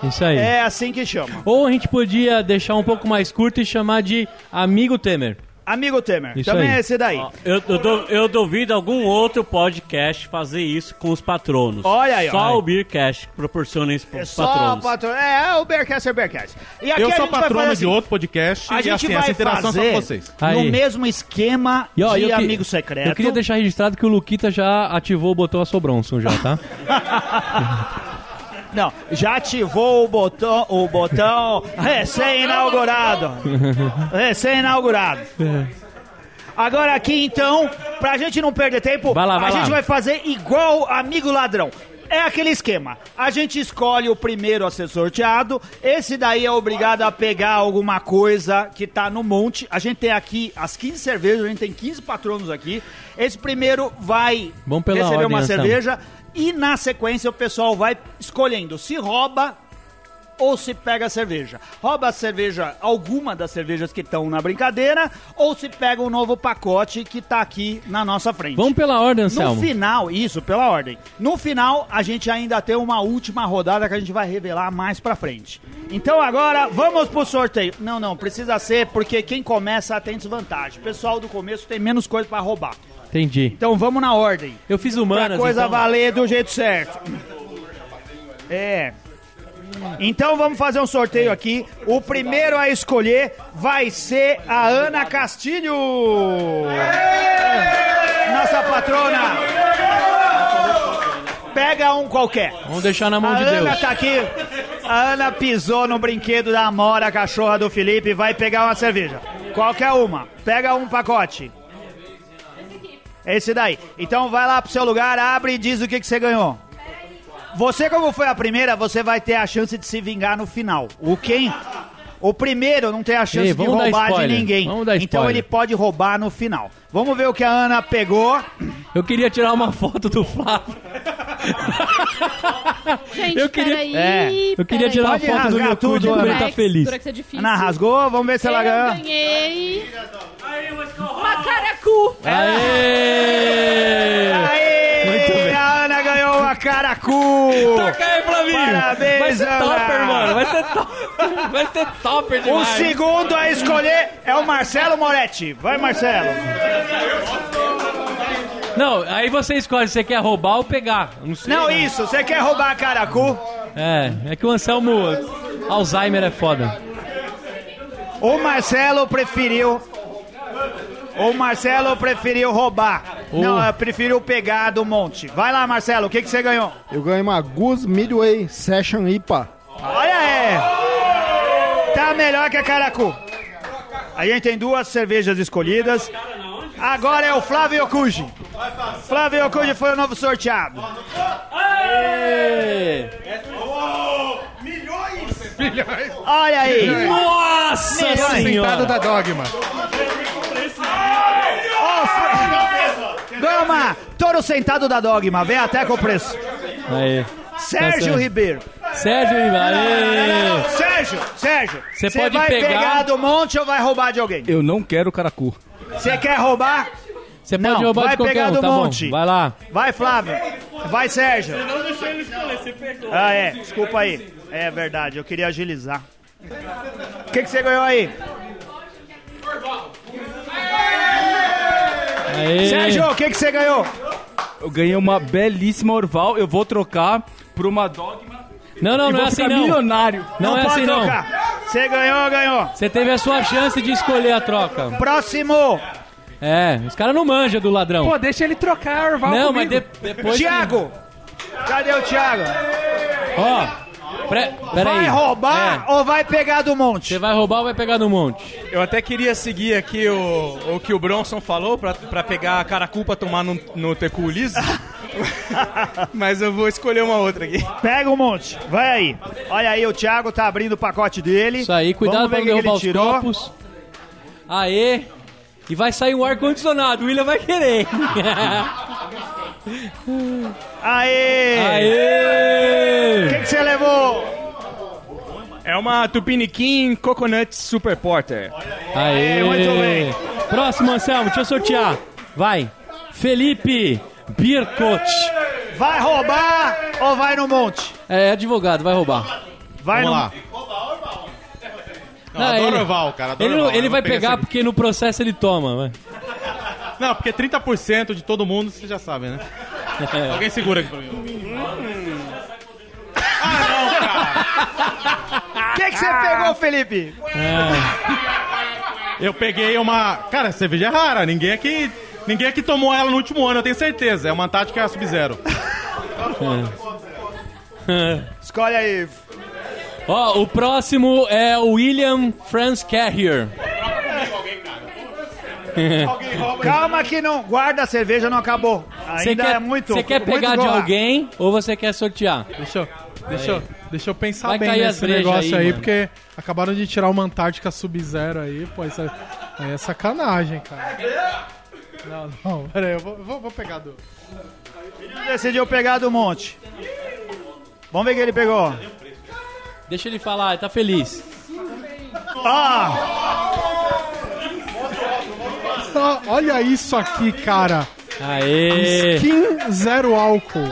Speaker 1: Isso aí.
Speaker 2: É assim que chama.
Speaker 1: Ou a gente podia deixar um pouco mais curto e chamar de Amigo Temer.
Speaker 2: Amigo Temer.
Speaker 1: Isso
Speaker 2: Também
Speaker 1: aí.
Speaker 2: é esse daí.
Speaker 7: Ah,
Speaker 4: Eu, eu, dou- eu duvido algum outro podcast fazer isso com os patronos.
Speaker 2: Olha aí, ó.
Speaker 4: Só
Speaker 2: Ai.
Speaker 4: o Beercast proporciona isso para
Speaker 2: É
Speaker 4: os
Speaker 2: só
Speaker 4: patronos.
Speaker 2: o patrão. É, é o Bearcast é o Bearcast. E aqui
Speaker 7: Eu
Speaker 2: a
Speaker 7: sou
Speaker 2: gente vai
Speaker 7: patrono
Speaker 2: fazer assim,
Speaker 7: de outro podcast
Speaker 2: A
Speaker 7: e
Speaker 2: gente
Speaker 7: assim,
Speaker 2: vai
Speaker 7: essa interação
Speaker 2: fazer
Speaker 7: só com vocês.
Speaker 2: no
Speaker 1: Aí.
Speaker 2: mesmo esquema
Speaker 1: E, ó,
Speaker 2: de
Speaker 1: eu que-
Speaker 2: amigo secreto.
Speaker 1: Eu queria deixar registrado que o Luquita já ativou o botão Assobronson já, tá?
Speaker 2: Não, já ativou o botão, o botão recém-inaugurado. Recém-inaugurado. Agora aqui então, pra gente não perder tempo,
Speaker 1: Vai lá, vai
Speaker 2: a
Speaker 1: lá.
Speaker 2: gente vai fazer igual amigo ladrão. É aquele esquema. A gente escolhe o primeiro a ser sorteado. Esse daí é obrigado a pegar alguma coisa que tá no monte. A gente tem aqui as 15 cervejas, a gente tem 15 patronos aqui. Esse primeiro vai
Speaker 1: Vamos pela
Speaker 2: receber
Speaker 1: ordem,
Speaker 2: uma
Speaker 1: Anselmo.
Speaker 2: cerveja e na sequência o pessoal vai escolhendo se rouba ou se pega a cerveja. Rouba a cerveja, alguma das cervejas que estão na brincadeira, ou se pega um novo pacote que tá aqui na nossa frente.
Speaker 1: Vamos pela ordem,
Speaker 2: No
Speaker 1: Anselmo.
Speaker 2: final, isso, pela ordem. No final, a gente ainda tem uma última rodada que a gente vai revelar mais pra frente. Então agora, vamos pro sorteio. Não, não, precisa ser porque quem começa tem desvantagem. O pessoal do começo tem menos coisa pra roubar.
Speaker 1: Entendi.
Speaker 2: Então vamos na ordem.
Speaker 1: Eu fiz
Speaker 12: um
Speaker 1: humanas,
Speaker 2: Pra coisa
Speaker 1: então.
Speaker 2: valer do jeito certo. É. Então vamos fazer um sorteio aqui. O primeiro a escolher vai ser a Ana Castilho. Nossa patrona. Pega um qualquer.
Speaker 1: Vamos deixar na mão
Speaker 2: a
Speaker 1: de
Speaker 2: Ana
Speaker 1: Deus.
Speaker 2: tá aqui. A Ana pisou no brinquedo da Amora, cachorra do Felipe, e vai pegar uma cerveja. Qualquer uma. Pega um pacote. Esse daí. Então vai lá pro seu lugar, abre e diz o que, que você ganhou. Você, como foi a primeira, você vai ter a chance de se vingar no final. O quem? O primeiro não tem a chance
Speaker 1: Ei,
Speaker 2: de
Speaker 1: vamos dar
Speaker 2: roubar de
Speaker 1: spoiler.
Speaker 2: ninguém.
Speaker 1: Vamos dar
Speaker 2: então
Speaker 1: spoiler.
Speaker 2: ele pode roubar no final. Vamos ver o que a Ana pegou.
Speaker 1: Eu queria tirar uma foto do Flávio.
Speaker 3: Gente,
Speaker 1: Eu queria-
Speaker 3: peraí.
Speaker 2: É,
Speaker 1: Eu queria
Speaker 3: peraí.
Speaker 1: tirar uma
Speaker 2: Pode
Speaker 1: foto do
Speaker 2: rasgar
Speaker 1: meu cu de
Speaker 2: tudo,
Speaker 1: como
Speaker 2: Ana.
Speaker 1: ele tá
Speaker 3: Durex,
Speaker 1: feliz.
Speaker 3: Durex é difícil.
Speaker 2: Ana rasgou, vamos ver se ela
Speaker 3: Eu
Speaker 2: ganhou.
Speaker 3: ganhei. Uma caracu.
Speaker 1: Aê!
Speaker 2: Aê!
Speaker 1: Muito bem.
Speaker 2: A Ana ganhou uma caracu!
Speaker 1: Toca aí, Flavinho!
Speaker 2: Parabéns,
Speaker 1: Vai ser
Speaker 2: Ana.
Speaker 1: topper, mano! Vai ser topper! Vai ser topper
Speaker 2: O
Speaker 1: demais!
Speaker 2: segundo a escolher é o Marcelo Moretti. Vai, Marcelo.
Speaker 1: Não, aí você escolhe se você quer roubar ou pegar. Um Não sei.
Speaker 2: Não, isso, você quer roubar a caracu?
Speaker 1: É, é que o Anselmo. Alzheimer é foda.
Speaker 2: O Marcelo preferiu. O Marcelo preferiu roubar.
Speaker 1: Oh.
Speaker 2: Não, eu prefiro pegar do monte. Vai lá, Marcelo, o que, que você ganhou?
Speaker 13: Eu ganhei uma Goose Midway Session IPA.
Speaker 2: Olha aí! Tá melhor que a Caracu. A gente tem duas cervejas escolhidas. Agora é o Flávio Yokuji. Flávio Yokuji foi o novo sorteado. Olha aí!
Speaker 1: Nossa
Speaker 2: Melhor
Speaker 1: senhora!
Speaker 9: da Dogma.
Speaker 2: Ó, Fra- Gama, touro sentado da Dogma. Vem até com o preço.
Speaker 1: Aí.
Speaker 2: Sérgio
Speaker 1: certo.
Speaker 2: Ribeiro.
Speaker 1: Sérgio Ribeiro. aê!
Speaker 2: Sérgio, Sérgio,
Speaker 1: Você
Speaker 2: você
Speaker 1: pode
Speaker 2: vai pegar...
Speaker 1: pegar-
Speaker 2: do monte ou vai roubar de alguém?
Speaker 10: Eu não quero caracu.
Speaker 2: Você quer roubar?
Speaker 1: Você pode
Speaker 2: Não,
Speaker 1: roubar
Speaker 2: vai
Speaker 1: de qualquer
Speaker 2: pegar
Speaker 1: um,
Speaker 2: do
Speaker 1: tá
Speaker 2: monte.
Speaker 1: bom? Vai lá.
Speaker 2: Vai, Flávio. Vai, Sérgio.
Speaker 4: Não deixou ele escolher, você pegou.
Speaker 2: Ah, é. Desculpa aí. É verdade, eu queria agilizar. O que, que você ganhou aí?
Speaker 1: Aê.
Speaker 2: Sérgio, o que, que você ganhou?
Speaker 1: é
Speaker 10: Eu ganhei uma belíssima Orval, eu vou trocar por uma Dogma
Speaker 1: Não, não,
Speaker 10: e
Speaker 1: não
Speaker 10: vou
Speaker 1: é assim
Speaker 10: ficar
Speaker 1: não.
Speaker 10: milionário.
Speaker 1: Não é
Speaker 2: pode
Speaker 1: assim não.
Speaker 2: trocar. Você ganhou, ganhou.
Speaker 1: Você teve a sua chance de escolher a troca.
Speaker 2: Próximo,
Speaker 1: É, os caras não manjam do ladrão.
Speaker 8: Pô, deixa ele trocar, Orval
Speaker 1: Não, mas
Speaker 8: comigo.
Speaker 1: de- depois. que-
Speaker 2: Thiago. Cadê o Thiago?
Speaker 1: Ó. Pre... Peraí.
Speaker 2: Vai roubar
Speaker 1: É.
Speaker 2: ou vai pegar do monte?
Speaker 1: Você vai roubar ou vai pegar no monte?
Speaker 10: Eu até queria seguir aqui o, o que o Bronson falou pra, pra pegar a caracu pra tomar no, no tecu liso. Mas eu vou escolher uma outra aqui.
Speaker 2: Pega um monte. Vai aí. Olha aí, o Thiago tá abrindo o pacote dele.
Speaker 1: Isso aí, cuidado
Speaker 2: Vamos ver
Speaker 1: pra não
Speaker 2: o que que
Speaker 1: derrubar os
Speaker 2: ele tirou.
Speaker 1: copos. Aê! E vai sair um ar-condicionado, o William vai querer.
Speaker 2: Aê!
Speaker 1: Aê!
Speaker 2: O que que você levou?
Speaker 10: É uma Tupiniquim Coconut Super Porter.
Speaker 1: Aê!
Speaker 10: muito bem.
Speaker 1: Próximo, Anselmo, deixa eu sortear. Vai. Felipe Birkot.
Speaker 2: Vai roubar ou vai no monte?
Speaker 1: É advogado, vai roubar.
Speaker 2: Vai
Speaker 1: Vamos
Speaker 2: no...
Speaker 1: lá.
Speaker 7: Não, adoro oval, cara, adoro
Speaker 1: ele, não-
Speaker 7: oval,
Speaker 1: ele
Speaker 7: não
Speaker 1: vai
Speaker 7: pega
Speaker 1: pegar
Speaker 7: essa-
Speaker 1: porque no processo ele toma. vai.
Speaker 7: Não, porque 30% de todo mundo, vocês já sabem, né? Alguém segura aqui pra mim.
Speaker 2: O que que você pegou, Felipe?
Speaker 7: Eu peguei uma. Cara, essa cerveja é rara. Ninguém aqui. Ninguém aqui tomou ela no último ano, eu tenho certeza. É uma tática sub-zero.
Speaker 2: Escolhe aí.
Speaker 1: Ó, o próximo é o William Franz Carrier.
Speaker 2: Calma que não... Guarda a cerveja, não acabou.
Speaker 1: Você
Speaker 2: Ainda
Speaker 1: quer,
Speaker 2: é muito...
Speaker 1: você quer
Speaker 2: muito
Speaker 1: pegar de
Speaker 2: gol lá.
Speaker 1: alguém ou você quer sortear?
Speaker 14: Deixa eu, deixa eu, deixa eu pensar
Speaker 1: Vai
Speaker 14: bem
Speaker 1: cair as
Speaker 14: nesse
Speaker 1: brejas
Speaker 14: negócio
Speaker 1: aí,
Speaker 14: aí,
Speaker 1: mano.
Speaker 14: porque acabaram de tirar uma Antártica Sub-Zero aí, pô, isso é, aí é sacanagem, cara. Não, não, peraí, eu vou, vou, vou pegar do...
Speaker 2: Decidiu pegar do monte. Vamos ver o que ele pegou.
Speaker 1: Deixa ele falar, ele tá feliz.
Speaker 2: Ah!
Speaker 14: Só- olha isso aqui, cara.
Speaker 1: Aê!
Speaker 14: É. Skin zero álcool.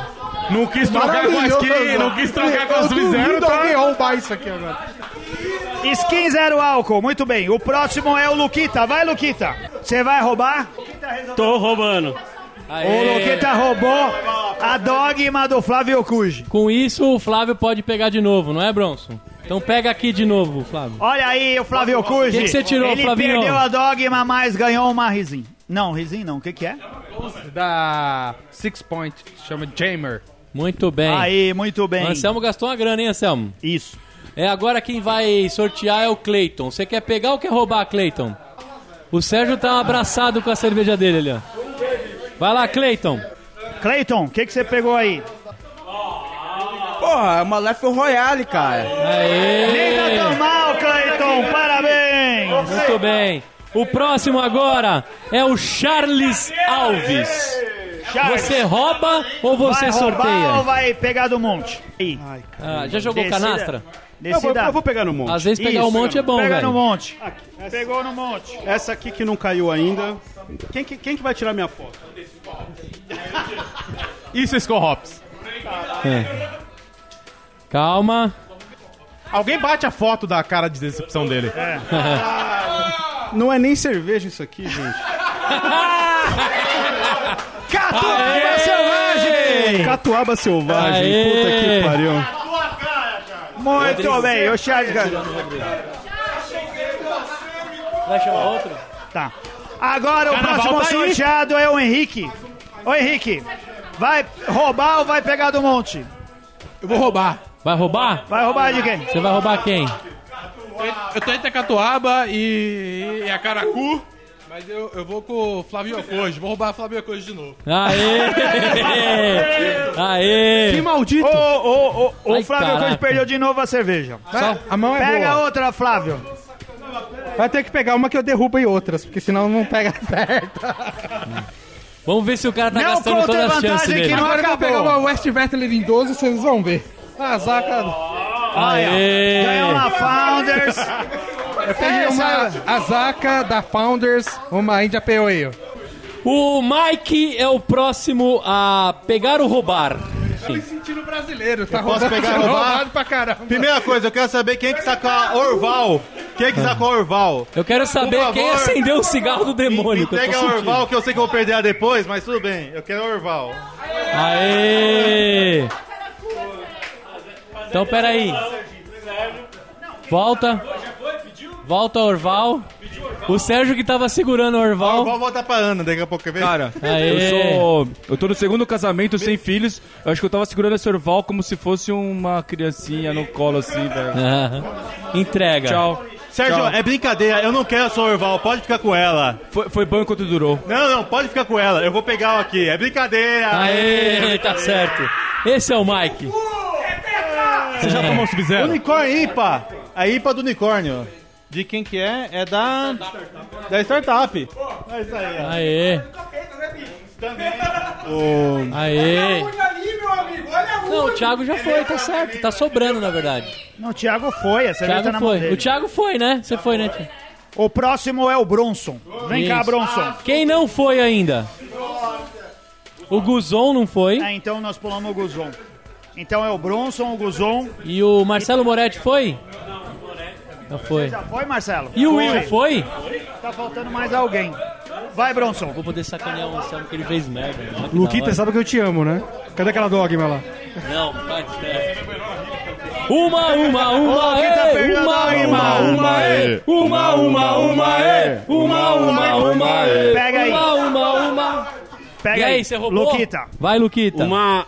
Speaker 7: Não quis trocar com a skin, não quis trocar com a Sub-Zero, tá?
Speaker 14: alguém roubar isso aqui agora.
Speaker 2: Skin zero álcool, muito bem. O próximo é o Luquita. Vai, Luquita. Você vai roubar?
Speaker 4: Tô roubando.
Speaker 1: É.
Speaker 2: O Luquita roubou a dogma do Flávio Cuge.
Speaker 1: Com isso, o Flávio pode pegar de novo, não é, Bronson? Então pega aqui de novo, Flávio.
Speaker 2: Olha aí o Flávio Cuge.
Speaker 1: O que que você tirou,
Speaker 2: Ele
Speaker 1: Flavinho?
Speaker 2: perdeu a dogma, mas ganhou uma risim. Não, risim não. O que que é?
Speaker 14: Da Six Point, chama Jammer.
Speaker 1: Muito bem.
Speaker 2: Aí, muito bem.
Speaker 1: O Anselmo gastou uma grana, hein, Anselmo?
Speaker 2: Isso.
Speaker 1: É, agora quem vai sortear é o Cleiton. Você quer pegar ou quer roubar, Cleiton? O Sérgio tá abraçado com a cerveja dele ali, ó. Vai lá, Cleiton.
Speaker 2: Cleiton, o que que você pegou aí?
Speaker 10: Porra, é uma Leffe Royale, cara.
Speaker 2: Liga Tá tão mal, Cleiton. Parabéns.
Speaker 1: Muito bem. O próximo agora é o Charles Alves.
Speaker 2: Charles.
Speaker 1: Você rouba ou você
Speaker 2: vai roubar Ou
Speaker 1: sorteia?
Speaker 2: vai pegar do monte? Aí.
Speaker 1: Ah, já jogou
Speaker 2: Decida-
Speaker 1: canastra?
Speaker 2: decida.
Speaker 9: Eu vou- eu vou pegar no monte.
Speaker 1: Às vezes pegar
Speaker 9: Isso,
Speaker 1: o monte é bom,
Speaker 2: Um Pega
Speaker 1: velho.
Speaker 2: no monte. Pegou no monte.
Speaker 9: Essa aqui que não caiu ainda. Quem que, quem que vai tirar minha foto?
Speaker 7: Isso é Skull Hops.
Speaker 1: É. Calma.
Speaker 7: Alguém bate a foto da cara de decepção dele.
Speaker 9: Não é nem cerveja isso aqui, gente.
Speaker 2: Catuaba selvagem!
Speaker 9: Catuaba selvagem.
Speaker 1: Aê!
Speaker 9: Puta que pariu.
Speaker 2: Muito bem, o Charles ganhou.
Speaker 1: Vai chamar outro?
Speaker 2: Tá. Agora o
Speaker 7: Carnaval
Speaker 2: próximo
Speaker 7: tá aí.
Speaker 2: sorteado é o Henrique. Ô Henrique, vai roubar ou vai pegar do monte?
Speaker 14: Eu vou roubar.
Speaker 1: Vai roubar?
Speaker 2: Vai roubar de quem?
Speaker 1: Você vai roubar quem?
Speaker 14: Eu tô
Speaker 12: É
Speaker 14: entre a Catuaba e, e a Caracu, mas eu, eu vou com o Flávio Cojo. Vou roubar a Flávio Cojo de novo.
Speaker 1: Aê! Aê!
Speaker 14: maldito!
Speaker 2: Ô, ô, ô,
Speaker 1: Ai,
Speaker 2: o Flávio
Speaker 1: caraca.
Speaker 2: Cruz perdeu de novo a cerveja.
Speaker 14: a mão é
Speaker 2: Pega
Speaker 14: boa.
Speaker 2: outra, Flávio.
Speaker 14: Vai ter que pegar uma que eu derrubo e outras, porque senão não pega perto.
Speaker 1: Vamos ver se o cara tá
Speaker 2: Não
Speaker 1: gastando
Speaker 2: conta
Speaker 1: todas as
Speaker 2: vantagem
Speaker 1: chances
Speaker 2: que
Speaker 1: dele.
Speaker 2: não-
Speaker 14: Agora eu vou
Speaker 2: acabou.
Speaker 14: pegar uma West Vettler em 12, vocês vão ver. Azar, cara.
Speaker 1: Aê!
Speaker 15: É.
Speaker 2: Ganhou uma Founders. É
Speaker 14: Eu peguei uma Azaka da Founders, uma India Pale Ale.
Speaker 1: O Mike é o próximo a pegar ou roubar.
Speaker 14: Sentindo brasileiro, tá
Speaker 15: posso
Speaker 14: roubando,
Speaker 15: pegar e
Speaker 14: sendo
Speaker 15: roubar?
Speaker 14: roubado pra caramba.
Speaker 15: Primeira coisa, eu quero saber quem é que sacou a Orval. Quem é que sacou a Orval?
Speaker 1: Eu quero saber
Speaker 15: Por
Speaker 1: quem
Speaker 15: favor.
Speaker 1: acendeu o cigarro do demônio. que eu tô
Speaker 15: Pega a
Speaker 1: sentindo.
Speaker 15: Orval, que eu sei que eu vou perder ela depois, mas tudo bem. Eu quero a Orval.
Speaker 1: Aê! Então, peraí. Volta. Volta, Orval. O Sérgio que tava segurando o
Speaker 15: A
Speaker 1: Orval.
Speaker 15: Orval volta pra Ana daqui a pouco, quer ver?
Speaker 10: Cara,
Speaker 1: Aê.
Speaker 12: É.
Speaker 10: eu sou. Eu tô no segundo casamento sem filhos. Eu acho que eu tava segurando a Sorval como se fosse uma criancinha no colo assim, velho.
Speaker 1: Aham. Entrega.
Speaker 10: Tchau.
Speaker 15: Sérgio, é brincadeira, eu não quero a sua Orval, pode ficar com ela.
Speaker 10: Foi, bom enquanto durou.
Speaker 15: Não, não, pode ficar com ela, eu vou pegar o aqui, é
Speaker 1: Ah,
Speaker 15: brincadeira.
Speaker 1: Aê, tá certo. Esse é o Mike.
Speaker 15: Você já tomou
Speaker 1: Sub-Zero?
Speaker 15: Unicórnio IPA, é a IPA do unicórnio. De quem que é? É da... Da startup. É isso aí, ó.
Speaker 1: Aê. Aê. Não, o Thiago já foi, tá certo. Tá sobrando, na verdade.
Speaker 2: Não, o Thiago foi, a cerveja tá
Speaker 1: Thiago
Speaker 2: na mão
Speaker 1: foi.
Speaker 2: dele.
Speaker 1: O Thiago foi, né? Você foi, né, Thiago?
Speaker 2: O próximo é o Bronson. Vem cá,
Speaker 1: Isso.
Speaker 2: Bronson.
Speaker 1: Quem não foi ainda? O Guzon não foi.
Speaker 2: É, então nós pulamos o Guzon. Então é o Bronson, o Guzon.
Speaker 1: E o Marcelo Moretti foi? Não foi.
Speaker 2: Já foi, Marcelo?
Speaker 1: E o Will foi?
Speaker 2: Tá faltando mais alguém. Vai, Bronson.
Speaker 1: Vou poder sacanear o Anselmo que ele fez merda. Olha que da
Speaker 13: Luquita,
Speaker 1: hora.
Speaker 13: sabe que eu te amo, né? Cadê aquela dogma lá?
Speaker 1: Não, pode ser. Uma, uma, uma,
Speaker 3: Ô, quem tá
Speaker 1: ê,
Speaker 3: perdendo
Speaker 1: uma,
Speaker 3: aí,
Speaker 1: uma,
Speaker 3: mano?
Speaker 1: uma, ê, uma, uma, uma,
Speaker 12: é.
Speaker 4: é.
Speaker 1: ê, uma, uma, uma, é. ê.
Speaker 3: Pega aí.
Speaker 1: Uma, uma, uma.
Speaker 2: Pega
Speaker 1: E aí,
Speaker 2: aí,
Speaker 1: você roubou? Vai,
Speaker 12: Tá.
Speaker 1: Luquita.
Speaker 4: Uma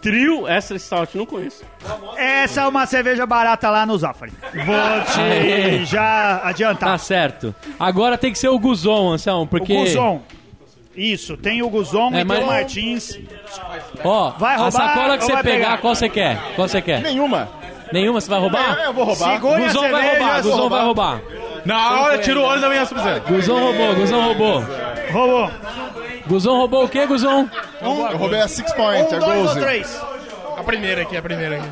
Speaker 4: trio extra stout, não conheço.
Speaker 2: Essa é uma cerveja barata lá no Zafari. Vou te já adiantar.
Speaker 1: Tá certo. Agora tem que ser o Guzon, Anselmo, porque...
Speaker 2: O Guzon. Isso, tem o Guzon
Speaker 1: É,
Speaker 2: e
Speaker 1: mas-
Speaker 2: tem o Martins.
Speaker 1: Ó,
Speaker 2: Vai
Speaker 1: a
Speaker 2: roubar
Speaker 1: sacola que
Speaker 2: ou
Speaker 1: você
Speaker 2: vai
Speaker 1: pegar,
Speaker 2: pegar?
Speaker 1: qual você quer? Qual você quer?
Speaker 6: Nenhuma. É,
Speaker 1: Nenhuma você vai roubar?
Speaker 6: Eu vou
Speaker 7: Ah,
Speaker 6: roubar.
Speaker 1: Segura Guzon vai roubar, Guzon vai roubar.
Speaker 7: Na hora, tirou o olho da minha Sub-Zero.
Speaker 1: Guzon roubou, Guzon roubou.
Speaker 2: Roubou.
Speaker 1: Guzon roubou o quê, Guzon?
Speaker 6: Eu roubei a Six Point,
Speaker 7: é
Speaker 1: um,
Speaker 2: Um,
Speaker 6: a Goze.
Speaker 14: A primeira aqui, a primeira aqui.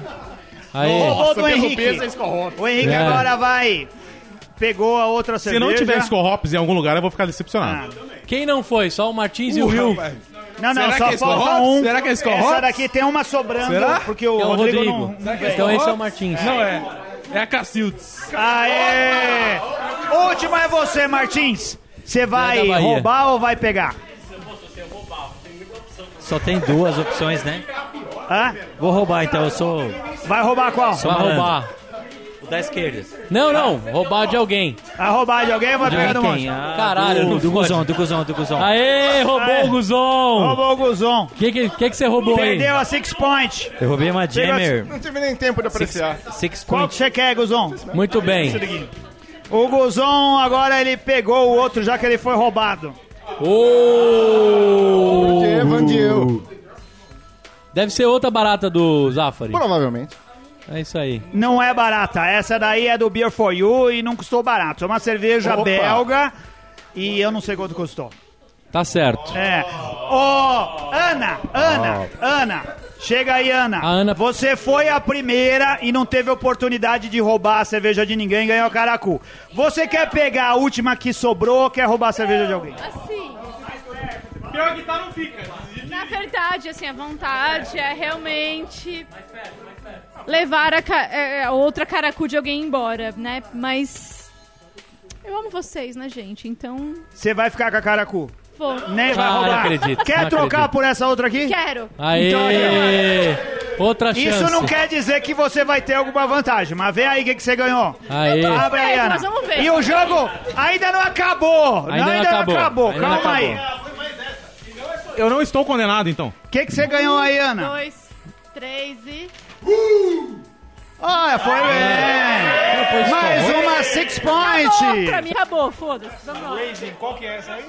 Speaker 1: Aí.
Speaker 2: Roubou do
Speaker 14: pelo
Speaker 2: Henrique.
Speaker 14: peso, eles corrompem.
Speaker 2: o Henrique
Speaker 7: É.
Speaker 2: agora vai. Pegou a outra
Speaker 7: Se
Speaker 2: cerveja.
Speaker 7: não tiver Scorrops em algum lugar, eu vou ficar decepcionado.
Speaker 1: Quem não foi? Só o Martins e o
Speaker 7: Uh,
Speaker 1: Will.
Speaker 7: rapaz.
Speaker 2: Não, não,
Speaker 7: Será
Speaker 2: só
Speaker 7: que é
Speaker 2: falta
Speaker 7: Scorrops?
Speaker 2: um.
Speaker 7: Será que é Scorrops?
Speaker 2: Essa daqui tem uma sobrando,
Speaker 7: Será?
Speaker 2: porque o
Speaker 1: É o
Speaker 2: Rodrigo,
Speaker 1: Rodrigo.
Speaker 2: não- não...
Speaker 1: Então esse é o Martins.
Speaker 7: Não é. É a Cacildes.
Speaker 2: Aê! Última é você, Martins. Você vai
Speaker 12: Bahia.
Speaker 2: roubar ou vai pegar?
Speaker 12: Só tem duas opções, né?
Speaker 2: Hã?
Speaker 12: Vou roubar então, eu sou.
Speaker 2: Vai roubar qual?
Speaker 12: Sou
Speaker 1: Vai
Speaker 12: malandro.
Speaker 1: roubar.
Speaker 12: O da esquerda.
Speaker 1: Não, não. Roubar de alguém.
Speaker 2: Vai roubar de alguém ou vai
Speaker 12: De
Speaker 2: pegar do
Speaker 12: quem?
Speaker 2: monstro?
Speaker 12: Ah, do,
Speaker 1: Caralho, não
Speaker 12: do
Speaker 1: fode.
Speaker 12: Guzon, do Guzon, do Guzon.
Speaker 1: Aê, roubou
Speaker 2: Aê.
Speaker 1: o Guzon.
Speaker 2: Roubou o Guzon.
Speaker 1: O que, que, que que você roubou
Speaker 2: Perdeu
Speaker 1: aí?
Speaker 2: a Six Point.
Speaker 12: Eu roubei uma
Speaker 2: Pegou a-
Speaker 12: Jammer.
Speaker 6: Não tive nem tempo de apreciar.
Speaker 12: Six
Speaker 1: é
Speaker 2: Qual
Speaker 12: Point.
Speaker 2: que você quer, Guzon?
Speaker 1: Muito bem.
Speaker 2: O Guzon agora ele pegou o outro já que ele foi roubado.
Speaker 1: Ô!
Speaker 6: Que Vandil.
Speaker 1: Deve ser outra barata do Zafari.
Speaker 6: Provavelmente.
Speaker 1: É isso aí.
Speaker 2: Não é barata. Essa daí é do Beer For You e não custou barato. É uma cerveja
Speaker 1: Opa.
Speaker 2: belga e eu não sei quanto custou.
Speaker 1: Tá certo.
Speaker 2: É. Ô, Ana, Ana, Ana. Chega aí, Ana. Você foi a primeira e não teve oportunidade de roubar a cerveja de ninguém, ganhou o caracu. Você quer pegar a última que sobrou ou quer roubar a cerveja de alguém?
Speaker 3: Assim,
Speaker 5: Pior que tá, não fica.
Speaker 3: na verdade, assim, a vontade é realmente levar a, ca- é, a outra caracu de alguém embora, né? Mas eu amo vocês, né, gente? Então,
Speaker 2: Você vai ficar com a caracu?
Speaker 3: vou.
Speaker 2: Nem vai
Speaker 1: Ah, não
Speaker 2: roubar.
Speaker 1: acredito,
Speaker 2: Quer
Speaker 1: não
Speaker 2: trocar
Speaker 1: acredito.
Speaker 2: por essa outra aqui?
Speaker 3: Quero.
Speaker 1: Aê!
Speaker 2: Então,
Speaker 10: é,
Speaker 2: olha
Speaker 1: outra chance.
Speaker 2: Isso não quer dizer que você vai ter alguma vantagem, mas vê aí o que, que você ganhou.
Speaker 1: Aê.
Speaker 2: Abre aí,
Speaker 3: Mas
Speaker 2: Ana.
Speaker 3: vamos ver.
Speaker 2: E o jogo ainda não acabou.
Speaker 7: Ainda não acabou. Ainda não
Speaker 2: Calma
Speaker 7: acabou.
Speaker 2: aí.
Speaker 7: Eu não estou condenado, então.
Speaker 2: O que, que você ganhou aí, Ana?
Speaker 3: Dois, três e...
Speaker 2: Ah, foi bem. Mais
Speaker 3: escorreu.
Speaker 2: uma six
Speaker 3: Acabou pra mim,
Speaker 2: point.
Speaker 3: acabou, foda-se. Vamos lá.
Speaker 14: Qual que é essa aí?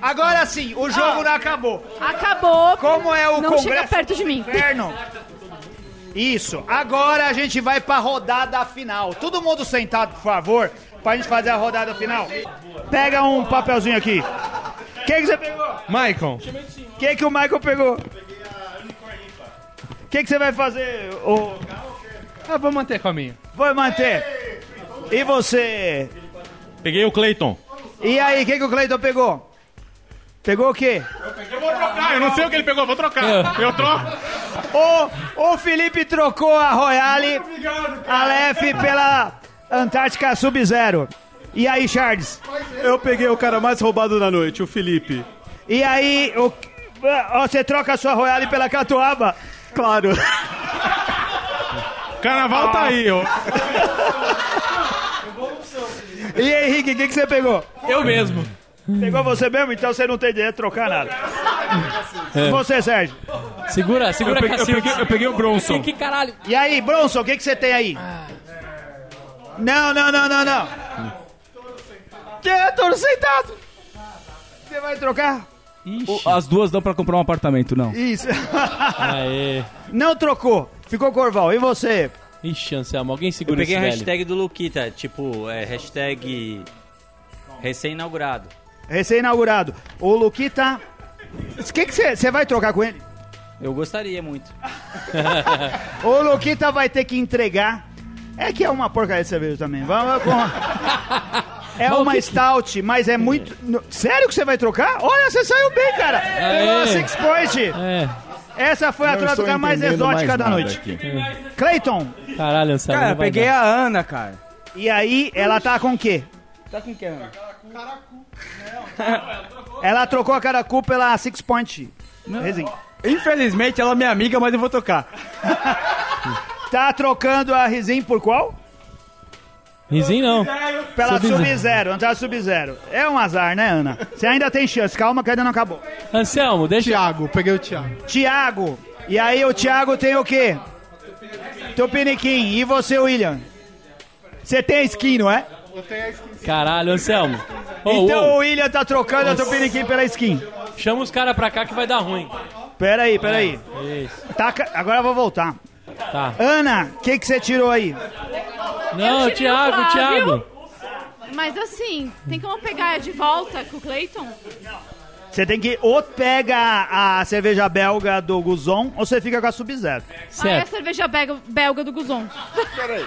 Speaker 2: Agora sim, o jogo
Speaker 3: Ah.
Speaker 2: não acabou.
Speaker 3: Acabou.
Speaker 2: Como é o
Speaker 3: Não
Speaker 2: congresso
Speaker 3: chega perto de mim.
Speaker 2: Inferno. Isso. Agora a gente vai pra rodada final. Todo mundo sentado, por favor, pra gente fazer a rodada final. Pega um papelzinho aqui. O que, que você pegou?
Speaker 7: Maicon.
Speaker 2: O que, que o Michael pegou? O que, que você vai fazer? ô-
Speaker 14: Ah, vou manter com a minha.
Speaker 2: Vai manter? E você?
Speaker 7: Peguei o Clayton.
Speaker 2: E aí, o que, que o Cleiton pegou? Pegou o quê?
Speaker 7: Eu vou trocar, eu não sei o que ele pegou, vou trocar.
Speaker 1: É.
Speaker 7: Eu troco.
Speaker 2: O, o Felipe trocou a Royale Aleph pela Antártica Sub-Zero. E aí, Charles?
Speaker 15: Eu peguei o cara mais roubado da noite, o Felipe.
Speaker 2: E aí, o, ó, você troca a sua Royale pela Catuaba?
Speaker 15: Claro.
Speaker 7: Carnaval tá aí, ó.
Speaker 2: E aí, Henrique, o que, que você pegou?
Speaker 10: Eu mesmo.
Speaker 2: Pegou você mesmo? Então você não tem direito de trocar nada.
Speaker 10: É.
Speaker 2: Você, Sérgio.
Speaker 1: Segura, segura
Speaker 10: Eu peguei- eu
Speaker 1: Cacildes.
Speaker 10: peguei- eu peguei o Bronson.
Speaker 1: Que, que caralho.
Speaker 2: E aí, Bronson, o que, que você tem aí? Não, não, não, não, não. Que é todo sentado. Você vai trocar?
Speaker 10: O- as duas dão pra comprar um apartamento, não.
Speaker 2: Isso.
Speaker 1: Aê.
Speaker 2: Não trocou. Ficou Corval. E você?
Speaker 1: Ixi, Anselmo, alguém
Speaker 12: Eu
Speaker 1: segura
Speaker 12: peguei a
Speaker 1: esse velho.
Speaker 12: hashtag do Luquita, tipo, é hashtag recém-inaugurado.
Speaker 2: Recém-inaugurado. O Luquita. O que que você você vai trocar com ele?
Speaker 12: Eu gostaria muito.
Speaker 2: O Luquita vai ter que entregar. É que é uma porcaria de cerveja também. Vamos com. É uma stout, mas é muito. no- Sério que você vai trocar? Olha, você saiu bem, cara.
Speaker 16: Aê.
Speaker 2: Pegou a Six Point. Essa foi a
Speaker 16: Não estou
Speaker 2: troca mais
Speaker 16: entendendo
Speaker 2: exótica
Speaker 16: mais
Speaker 2: da
Speaker 16: nada
Speaker 2: noite.
Speaker 16: aqui.
Speaker 2: Clayton.
Speaker 1: Caralho, Anselmo.
Speaker 10: Cara,
Speaker 1: não vai
Speaker 10: peguei
Speaker 1: dar.
Speaker 10: a Ana, cara.
Speaker 2: E aí, ela tá com o quê?
Speaker 10: Tá com quem, Ana?
Speaker 2: Ela trocou a Caracu pela Six Point. Resin.
Speaker 10: Infelizmente, ela é minha amiga, mas eu vou tocar.
Speaker 2: Tá trocando a Resin por qual?
Speaker 1: Rizinho não.
Speaker 2: Pela
Speaker 1: Sub-Zero.
Speaker 2: Sub-Zero, Antara Sub-Zero. É um azar, né, Ana? Você ainda tem chance, calma que ainda não acabou.
Speaker 1: Anselmo, deixa.
Speaker 2: Tiago, peguei o Tiago. Tiago. E aí o Tiago tem o quê? Tupiniquim. E você, William? Você tem a skin, não é?
Speaker 1: Caralho, Anselmo. Ô,
Speaker 2: então
Speaker 1: ô,
Speaker 2: o William tá trocando a Tupiniquim pela skin.
Speaker 1: Chama os caras pra cá que vai dar ruim.
Speaker 2: Pera aí, pera aí.
Speaker 1: É, isso.
Speaker 2: Taca- agora eu vou voltar.
Speaker 1: Tá.
Speaker 2: Ana, o que que você tirou aí?
Speaker 1: Não,
Speaker 3: Eu tirei o
Speaker 1: Thiago,
Speaker 3: Flávio.
Speaker 1: Thiago.
Speaker 3: Mas assim, tem como pegar de volta com o Clayton?
Speaker 2: Você tem que ou pega a cerveja belga do Guzon ou você fica com a Sub-Zero.
Speaker 3: Ah, é a cerveja belga, belga do Guzon.
Speaker 2: Peraí.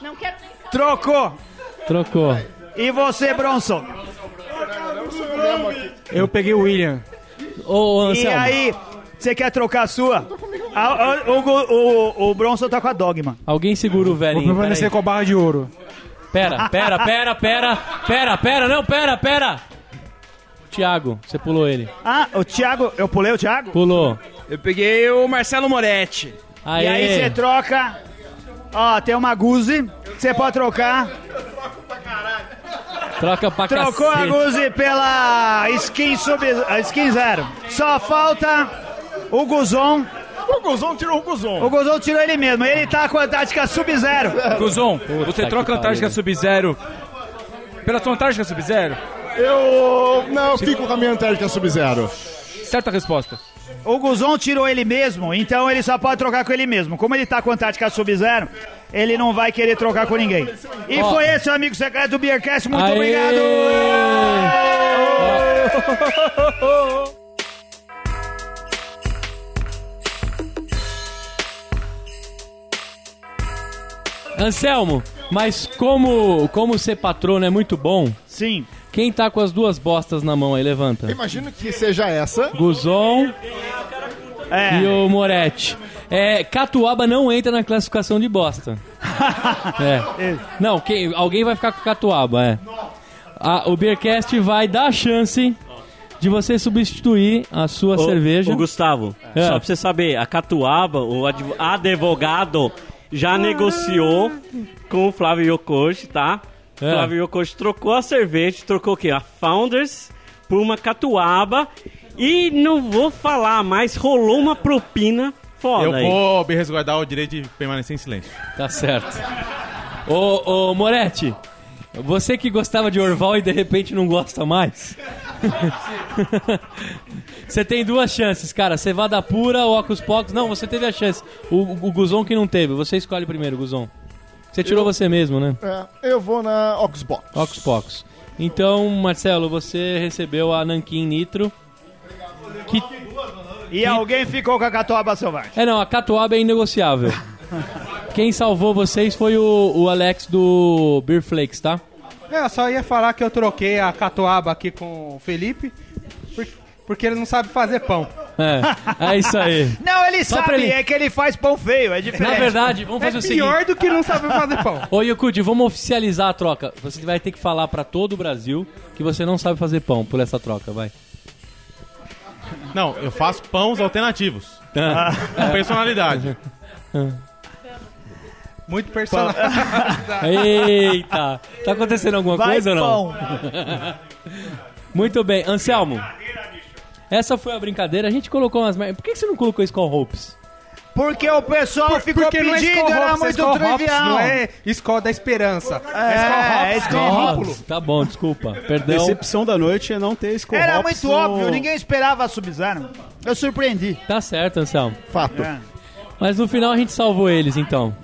Speaker 3: Não quero nem
Speaker 2: Trocou.
Speaker 1: Trocou.
Speaker 2: E você, Bronson?
Speaker 10: Eu peguei o William.
Speaker 1: Ô,
Speaker 2: E aí, você quer trocar a sua? A- a- o, Gu- o- o Bronson tá com a Dogma.
Speaker 1: Alguém segura o velhinho.
Speaker 2: Vou permanecer
Speaker 1: peraí.
Speaker 2: com a barra de ouro.
Speaker 1: Pera, pera, pera, pera. Pera, pera, não, pera, pera. Tiago, você pulou ele.
Speaker 2: Ah, o Thiago. Eu pulei o Thiago?
Speaker 1: Pulou.
Speaker 10: Eu peguei o Marcelo Moretti.
Speaker 2: E aí você troca. Ó, tem uma Guzi. Você pode trocar.
Speaker 1: Troca pra
Speaker 2: Trocou a
Speaker 1: cacete.
Speaker 2: Guzi pela skin sub. a Skin zero. Só falta o Guzon.
Speaker 15: O Guzon tirou o Guzon.
Speaker 2: O Guzon tirou ele mesmo. Ele tá com a tática sub-zero.
Speaker 10: Guzon,
Speaker 2: Puta
Speaker 10: você
Speaker 2: que
Speaker 10: troca a Antártica
Speaker 2: pariu.
Speaker 10: Sub-Zero pela sua Antártica Sub-Zero?
Speaker 2: Eu.
Speaker 6: Não, eu fico com a minha Antártica Sub-Zero.
Speaker 10: Certa resposta.
Speaker 2: O Guzon tirou ele mesmo, então ele só pode trocar com ele mesmo. Como ele tá com a tática sub-zero, ele não vai querer trocar com ninguém. E
Speaker 1: Ó.
Speaker 2: foi esse o amigo secreto do Beercast. Muito
Speaker 1: Aê!
Speaker 2: obrigado!
Speaker 1: Anselmo, mas como, como ser patrono é muito bom.
Speaker 2: Sim.
Speaker 1: Quem tá com as duas bostas na mão aí, levanta.
Speaker 6: Imagino que seja essa.
Speaker 1: Guzon
Speaker 2: É.
Speaker 1: e o Moretti. É, Catuaba não entra na classificação de bosta. é. Não, quem, alguém vai ficar com Catuaba, é. Ah, o Beercast vai dar a chance de você substituir a sua
Speaker 4: Ô,
Speaker 1: cerveja.
Speaker 4: ô, Gustavo,
Speaker 1: É.
Speaker 4: só pra você saber, a Catuaba, o adv- advogado, já negociou com o Flávio Yokoshi, tá?
Speaker 1: É.
Speaker 4: Flávio Yokoshi trocou a cerveja, trocou o quê? A Founders por uma Catuaba. E não vou falar, mas rolou uma propina foda
Speaker 7: Eu
Speaker 4: aí.
Speaker 7: vou me resguardar o direito de permanecer em silêncio.
Speaker 1: Tá certo. Ô, ô Moretti, você que gostava de Orval e de repente não gosta mais. Você tem duas chances, cara. Cevada pura ou Ocus Pocus. Não, você teve a chance. O, o Guzon que não teve. Você escolhe primeiro, Guzon. Você tirou você mesmo, né?
Speaker 6: É, eu vou na Oxbox.
Speaker 1: Ocus Pocus. Então, Marcelo, você recebeu a Nankin Nitro. Que...
Speaker 2: E alguém ficou com a catuaba selvagem.
Speaker 1: É, não, a Catuaba é inegociável. Quem salvou vocês foi o, o Alex do Beer Flakes, tá?
Speaker 8: Não, É, eu só ia falar que eu troquei a catuaba aqui com o Felipe, por- porque ele não sabe fazer pão.
Speaker 1: É, é isso aí.
Speaker 2: Não, ele
Speaker 8: Só
Speaker 2: sabe,
Speaker 8: pra ele-
Speaker 2: é que ele faz pão feio, é diferente.
Speaker 1: Na verdade, vamos fazer o seguinte. Ô, Yokudi, vamos oficializar a troca. Você vai ter que falar pra todo o Brasil que você não sabe fazer pão por essa troca, vai.
Speaker 7: Não, eu faço pãos alternativos.
Speaker 1: Ah.
Speaker 7: Com personalidade.
Speaker 8: Muito personal.
Speaker 1: Eita! Tá acontecendo alguma
Speaker 8: Vai,
Speaker 1: coisa ou não?
Speaker 8: pão.
Speaker 1: Muito bem, Anselmo. Essa foi a brincadeira. A gente colocou umas. mer- Por que que você não colocou Skull Hopes?
Speaker 2: Porque o pessoal ficou
Speaker 8: porque não é
Speaker 2: pedindo,
Speaker 8: Skull
Speaker 2: era
Speaker 8: Hops, é
Speaker 2: muito
Speaker 8: Skull Hops,
Speaker 2: trivial.
Speaker 8: não é escola da esperança.
Speaker 2: É,
Speaker 8: É,
Speaker 2: Skull Hops.
Speaker 1: Hops. Tá bom, desculpa. Perdão.
Speaker 9: Decepção da noite é não ter Skull
Speaker 2: Era
Speaker 9: Hops
Speaker 2: muito
Speaker 9: no-
Speaker 2: óbvio, ninguém esperava a Sub-Zero. Eu surpreendi.
Speaker 1: Tá certo, Anselmo.
Speaker 6: Fato.
Speaker 2: É.
Speaker 1: Mas no final a gente salvou eles, então.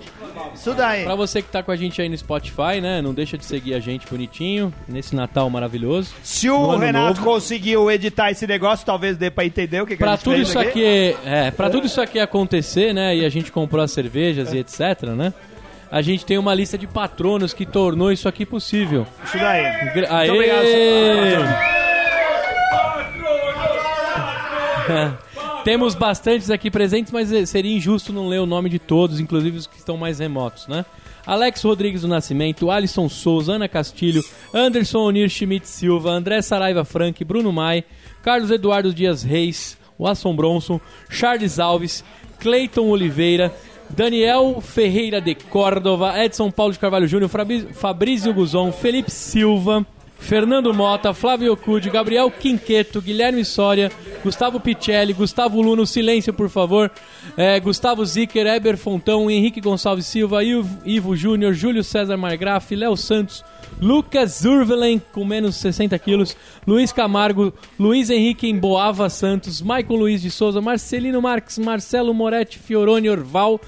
Speaker 2: Isso daí.
Speaker 1: Pra você que tá com a gente aí no Spotify, né? Não deixa de seguir a gente bonitinho nesse Natal maravilhoso.
Speaker 2: Se
Speaker 1: No
Speaker 2: o
Speaker 1: ano
Speaker 2: Renato
Speaker 1: novo.
Speaker 2: conseguiu editar esse negócio, talvez dê pra entender o que, que a
Speaker 1: Pra
Speaker 2: gente
Speaker 1: tudo
Speaker 2: fez
Speaker 1: isso
Speaker 2: aqui.
Speaker 1: aqui, é, para tudo isso aqui acontecer, né, e a gente comprou as cervejas e etc, né? A gente tem uma lista de patronos que tornou isso aqui possível.
Speaker 2: Isso daí.
Speaker 1: Gra- Aê!
Speaker 2: Muito obrigado,
Speaker 1: É. Temos bastantes aqui presentes, mas eh, seria injusto não ler o nome de todos, inclusive os que estão mais remotos, né? Alex Rodrigues do Nascimento, Alisson Souza, Ana Castilho, Anderson Onir Schmidt Silva, André Saraiva Frank, Bruno Mai, Carlos Eduardo Dias Reis, Wasson Bronson, Charles Alves, Cleiton Oliveira, Daniel Ferreira de Córdova, Edson Paulo de Carvalho Júnior, Frabi- Fabrício Guzon, Felipe Silva, Fernando Mota, Flávio Ocude, Gabriel Quinqueto, Guilherme Soria, Gustavo Picelli, Gustavo Luno, silêncio por favor, eh, Gustavo Zicker, Eber Fontão, Henrique Gonçalves Silva, Ivo, Ivo Júnior, Júlio César Margraf, Léo Santos, Lucas Zurvelen, com menos 60 quilos, Luiz Camargo, Luiz Henrique Emboava Santos, Maicon Luiz de Souza, Marcelino Marques, Marcelo Moretti, Fiorone Orval,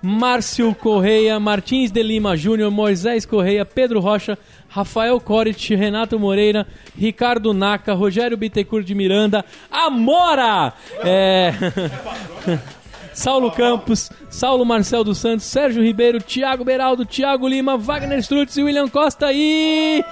Speaker 1: Márcio Correia, Martins de Lima Júnior, Moisés Correia, Pedro Rocha, Rafael Corit, Renato Moreira, Ricardo Naca, Rogério Bittencourt de Miranda, Amora! É... Saulo Campos, Saulo Marcel dos Santos, Sérgio Ribeiro, Thiago Beraldo, Thiago Lima, Wagner Strutz e William Costa e...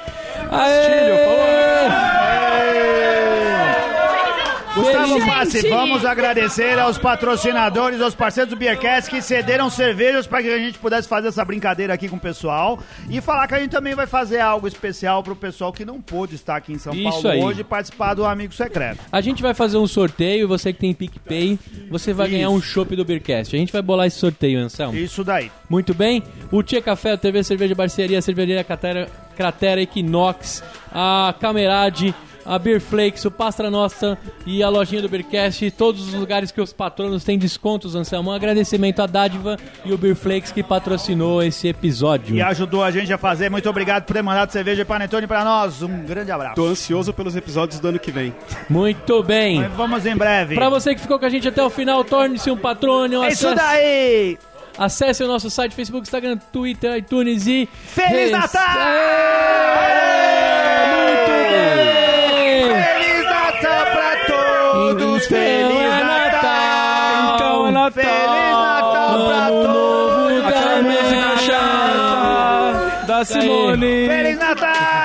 Speaker 2: Gustavo
Speaker 1: Gente!
Speaker 2: Passi, vamos agradecer aos patrocinadores, aos parceiros do Beercast que cederam cervejas para que a gente pudesse fazer essa brincadeira aqui com o pessoal e falar que a gente também vai fazer algo especial pro pessoal que não pôde estar aqui em São
Speaker 1: Isso
Speaker 2: Paulo
Speaker 1: aí.
Speaker 2: hoje e participar do Amigo Secreto.
Speaker 1: A gente vai fazer um sorteio, você que tem PicPay, você vai ganhar um chopp do Beercast. A gente vai bolar esse sorteio, Anselmo.
Speaker 2: Isso daí.
Speaker 1: Muito bem. O Tia Café, o TV Cerveja Barcearia, a Cervejaria Cratera, Cratera Equinox, a Camerade, a Beer Flakes, o Pastra Nossa e a lojinha do Beercast. Todos os lugares que os patronos têm descontos, Anselmo. Um agradecimento à Dádiva e o Beer Flakes que patrocinou esse episódio.
Speaker 2: E ajudou a gente a fazer. Muito obrigado por ter mandado cerveja e panetone para nós. Um grande abraço.
Speaker 9: Tô ansioso pelos episódios do ano que vem.
Speaker 1: Muito bem.
Speaker 2: Vamos em breve.
Speaker 1: Pra você que ficou com a gente até o final, torne-se um patrônio.
Speaker 2: É isso daí!
Speaker 1: Acesse o nosso site, Facebook, Instagram, Twitter, iTunes e...
Speaker 2: Feliz
Speaker 1: Res-
Speaker 2: Natal!
Speaker 1: Muito bem!
Speaker 2: Feliz Natal pra todos! Feliz Natal!
Speaker 1: Então é Natal!
Speaker 2: Feliz Natal pra todos!
Speaker 1: Aquela música Tá
Speaker 2: Da Simone! Feliz Natal!